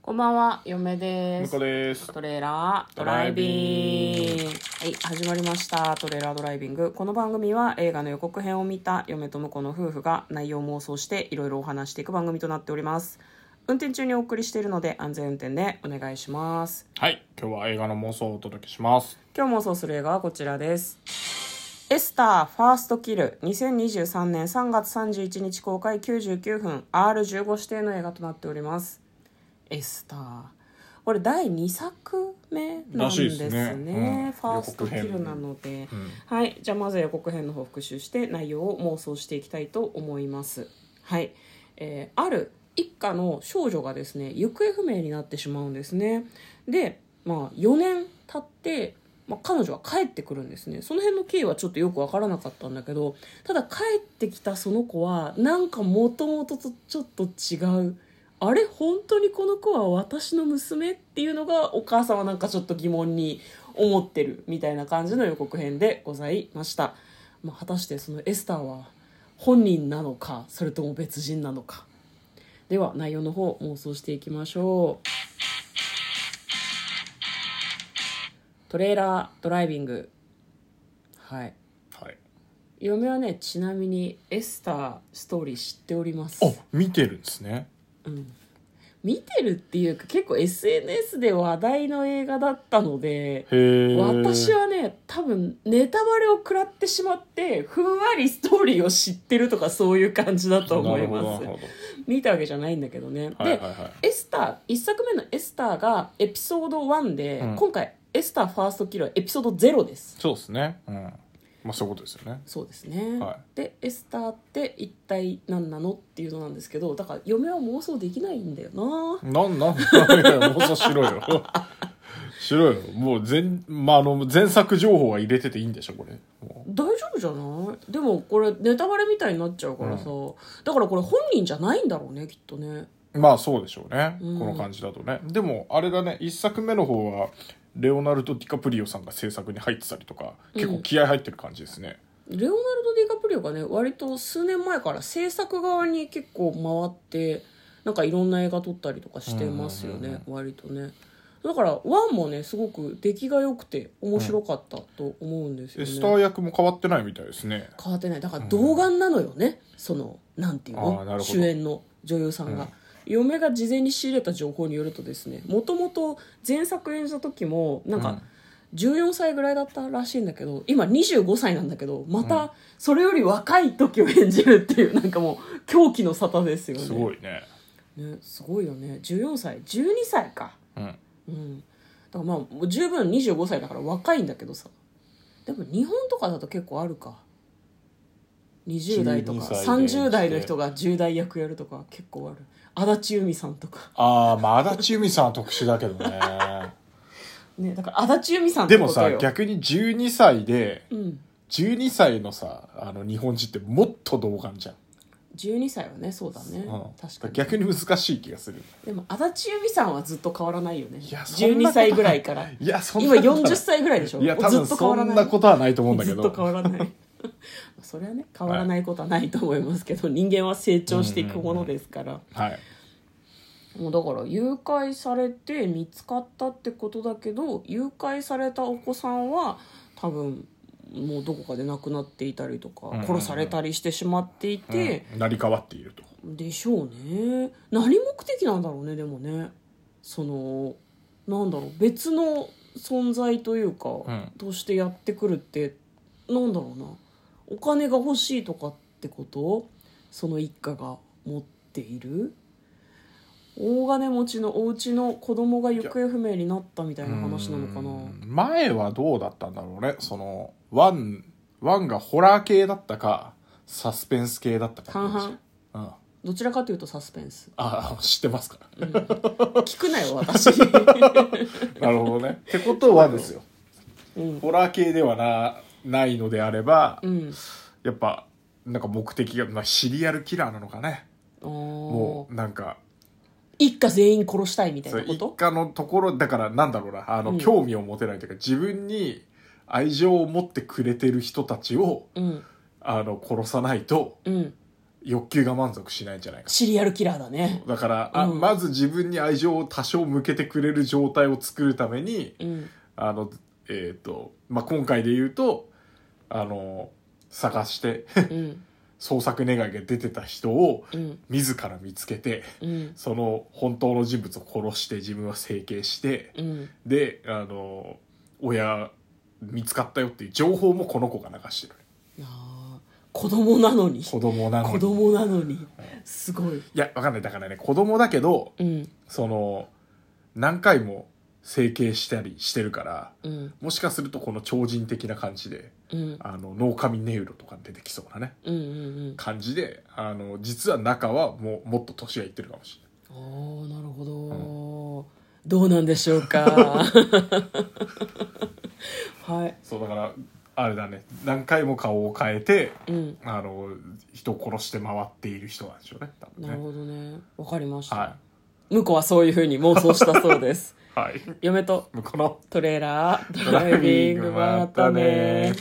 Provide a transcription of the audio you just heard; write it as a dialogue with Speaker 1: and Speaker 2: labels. Speaker 1: こんばんは、嫁で
Speaker 2: 向
Speaker 1: す
Speaker 2: こ。です。
Speaker 1: トレーラードライビング。はい、始まりました。トレーラードライビング。この番組は映画の予告編を見た嫁と婿の夫婦が内容を妄想していろいろお話していく番組となっております。運転中にお送りしているので安全運転でお願いします。
Speaker 2: はい、今日は映画の妄想をお届けします。
Speaker 1: 今日妄想する映画はこちらです。エスターファーストキル2023年3月31日公開99分 R15 指定の映画となっておりますエスターこれ第2作目なん
Speaker 2: らしい
Speaker 1: で
Speaker 2: ですす
Speaker 1: ね
Speaker 2: ねうん
Speaker 1: ファーストキルなので、はいじゃあまず予告編の方を復習して内容を妄想していきたいと思いますはい、えーある一家の少女がですね行方不明になってしまうんですねでまあ4年経ってまあ、彼女は帰ってくるんですねその辺の経緯はちょっとよく分からなかったんだけどただ帰ってきたその子はなんかもともととちょっと違うあれ本当にこの子は私の娘っていうのがお母さんはなんかちょっと疑問に思ってるみたいな感じの予告編でございました、まあ、果たしてそのエスターは本人なのかそれとも別人なのかでは内容の方妄想していきましょうトレーラードライビングはい
Speaker 2: はい。
Speaker 1: 嫁はねちなみにエスターストーリー知っております
Speaker 2: あ、見てるんですね。
Speaker 1: 見てるっていうか結構 SNS で話題の映画だったので
Speaker 2: へえ。
Speaker 1: 私。はね多分ネタバレを食らってしまってふんわりストーリーを知ってるとかそういう感じだと思い
Speaker 2: なる
Speaker 1: ま
Speaker 2: ほど
Speaker 1: す
Speaker 2: なるほ
Speaker 1: 見たわけじゃないんだけどね、
Speaker 2: ど。はいは
Speaker 1: で
Speaker 2: いはい。
Speaker 1: エスター1作目のエスターがエピソード1で、
Speaker 2: うん
Speaker 1: 今回エスターファーストキルはエピソード0です
Speaker 2: そうですね。うん。まあそういうことですよね。
Speaker 1: そうですね、
Speaker 2: は
Speaker 1: でエスターって一体何なのっていうのなんですけどだから嫁は妄想できないんだよな
Speaker 2: なんなんいや妄想しろよ。 しろよ。もう全まああの前作情報は入れてていいんでしょこれ。も
Speaker 1: 大丈夫じゃないでもこれネタバレみたいになっちゃうからさ、だからこれ本人じゃないんだろうねきっとね
Speaker 2: うまあそうでしょうね。こ
Speaker 1: うん
Speaker 2: の感じだとね。でもあれだね。一作目の方はレオナルド・ディカプリオさんが制作に入ってたりとか、結構気合入ってる感じですね。
Speaker 1: レオナルド・ディカプリオがね割と数年前から制作側に結構回ってなんかいろんな映画撮ったりとかしてますよ
Speaker 2: うんうんうん
Speaker 1: ね割とねだから1もねすごく出来が良くて面白かったと思うんですよ
Speaker 2: エ
Speaker 1: ね、
Speaker 2: スター役も変わってないみたいですね。
Speaker 1: 変わってないだから童顔なのよね、そのなんていう
Speaker 2: あーなるほ
Speaker 1: の
Speaker 2: ど
Speaker 1: 主演の女優さんが、
Speaker 2: うん
Speaker 1: 嫁が事前に仕入れた情報によるとですねもともと前作演じた時もなん
Speaker 2: う
Speaker 1: か
Speaker 2: ん
Speaker 1: 14歳ぐらいだったらしいんだけど今25歳なんだけどまたそれより若い時を演じるっていうなんかもう狂気の沙汰ですよね
Speaker 2: すごいね。
Speaker 1: ねすごいよね14歳12歳か
Speaker 2: うん。
Speaker 1: うんだからまあもう十分25歳だから若いんだけどさでも日本とかだと結構あるか20代とか
Speaker 2: 12歳で
Speaker 1: 30代の人が10代役やるとか結構ある足立由美さんとか
Speaker 2: ああ、まあ、足立由美さんは特殊だけどね。
Speaker 1: ねだから足立由美さんって
Speaker 2: で
Speaker 1: こ
Speaker 2: も
Speaker 1: とよ
Speaker 2: さ、逆に12歳で、
Speaker 1: うん
Speaker 2: 12歳のさ、あの、日本人ってもっと童顔じゃん。
Speaker 1: 12歳はねそうだね、
Speaker 2: うん、
Speaker 1: 確かに
Speaker 2: 逆に難しい気がする。
Speaker 1: でも足立由美さんはずっと変わらないよね
Speaker 2: いやそんな
Speaker 1: 12
Speaker 2: こと
Speaker 1: 歳ぐらいから
Speaker 2: いや、そん
Speaker 1: 今
Speaker 2: なことは
Speaker 1: 40歳ぐらいでしょ
Speaker 2: いや、多
Speaker 1: ず
Speaker 2: 分
Speaker 1: っと変わ
Speaker 2: そ
Speaker 1: らなんい
Speaker 2: なことはないと思うんだけ
Speaker 1: ずっと変
Speaker 2: ど。
Speaker 1: わらない それはね変わらないことはないと思いますけど、人間は成長していくものですから、
Speaker 2: はい。
Speaker 1: もうだから誘拐されて見つかったってことだけど誘拐されたお子さんは多分もうどこかで亡くなっていたりとか、
Speaker 2: うんうん
Speaker 1: 殺されたりしてしまっていて、
Speaker 2: うん成り変わっていると。
Speaker 1: でしょうね何目的なんだろうねでもねそのなんだろう別の存在というか、
Speaker 2: ん
Speaker 1: としてやってくるってなんだろうなお金が欲しいとかってことその一家が持っている大金持ちのお家の子供が行方不明になったみたいな話なのか
Speaker 2: う
Speaker 1: なん
Speaker 2: 前はどうだったんだろうね。その、ワン、ワンがホラー系だったか、サスペンス系だったか。
Speaker 1: 半
Speaker 2: 々。うん。
Speaker 1: どちらかというとサスペン ス
Speaker 2: ああ、知ってますから。
Speaker 1: 聞くなよ 私、
Speaker 2: なるほどね。ってことはですよ。
Speaker 1: うん
Speaker 2: ホラー系ではな、ないのであれば、
Speaker 1: うん、
Speaker 2: やっぱ、なんか目的が、まあ、シリアルキラーなのかね。
Speaker 1: も
Speaker 2: もう、なんか、
Speaker 1: 一家全員殺したいみたい
Speaker 2: そ
Speaker 1: な
Speaker 2: う
Speaker 1: こ
Speaker 2: 一
Speaker 1: と
Speaker 2: 家のところ、だからなんだろうな、あの、
Speaker 1: うん
Speaker 2: 興味を持てないというか、自分に愛情を持ってくれてる人たちを、
Speaker 1: うん
Speaker 2: あの、殺さないと、
Speaker 1: うん
Speaker 2: 欲求が満足しないんじゃないか
Speaker 1: シリアルキラーだね
Speaker 2: だから、あ
Speaker 1: うん
Speaker 2: まず自分に愛情を多少向けてくれる状態を作るために
Speaker 1: うん
Speaker 2: あの、えーとまあ、今回で言うとあの探して
Speaker 1: うん
Speaker 2: 創作願いが出てた人を
Speaker 1: うん
Speaker 2: 自ら見つけて
Speaker 1: うん
Speaker 2: その本当の人物を殺して自分は整形して
Speaker 1: うん
Speaker 2: であの親見つかったよっていう情報もこの子が流してる
Speaker 1: あー子供なのに
Speaker 2: 子供なの
Speaker 1: 子
Speaker 2: にい
Speaker 1: 供なのにすごい
Speaker 2: やわかんないだからね子供だけど
Speaker 1: うん
Speaker 2: その何回も整形したりしてるから
Speaker 1: うん
Speaker 2: もしかするとこの超人的な感じで
Speaker 1: うん
Speaker 2: あの脳神ネウロとか出てきそうなね
Speaker 1: うんうん
Speaker 2: 感じであの実は中はもうもっと年がいってるかもしれな
Speaker 1: う
Speaker 2: い
Speaker 1: んああなるほど、どうなんでしょう かはい
Speaker 2: そうだからあれだね何回も顔を変えて
Speaker 1: うん
Speaker 2: あの人を殺して回っている人なんでしょうね多分
Speaker 1: なる
Speaker 2: ね
Speaker 1: ほどねわかりました、
Speaker 2: は
Speaker 1: 向こうはそういうふうに妄想したそう です
Speaker 2: いはい
Speaker 1: 嫁と
Speaker 2: 向こうの
Speaker 1: トレーラードライビングまったね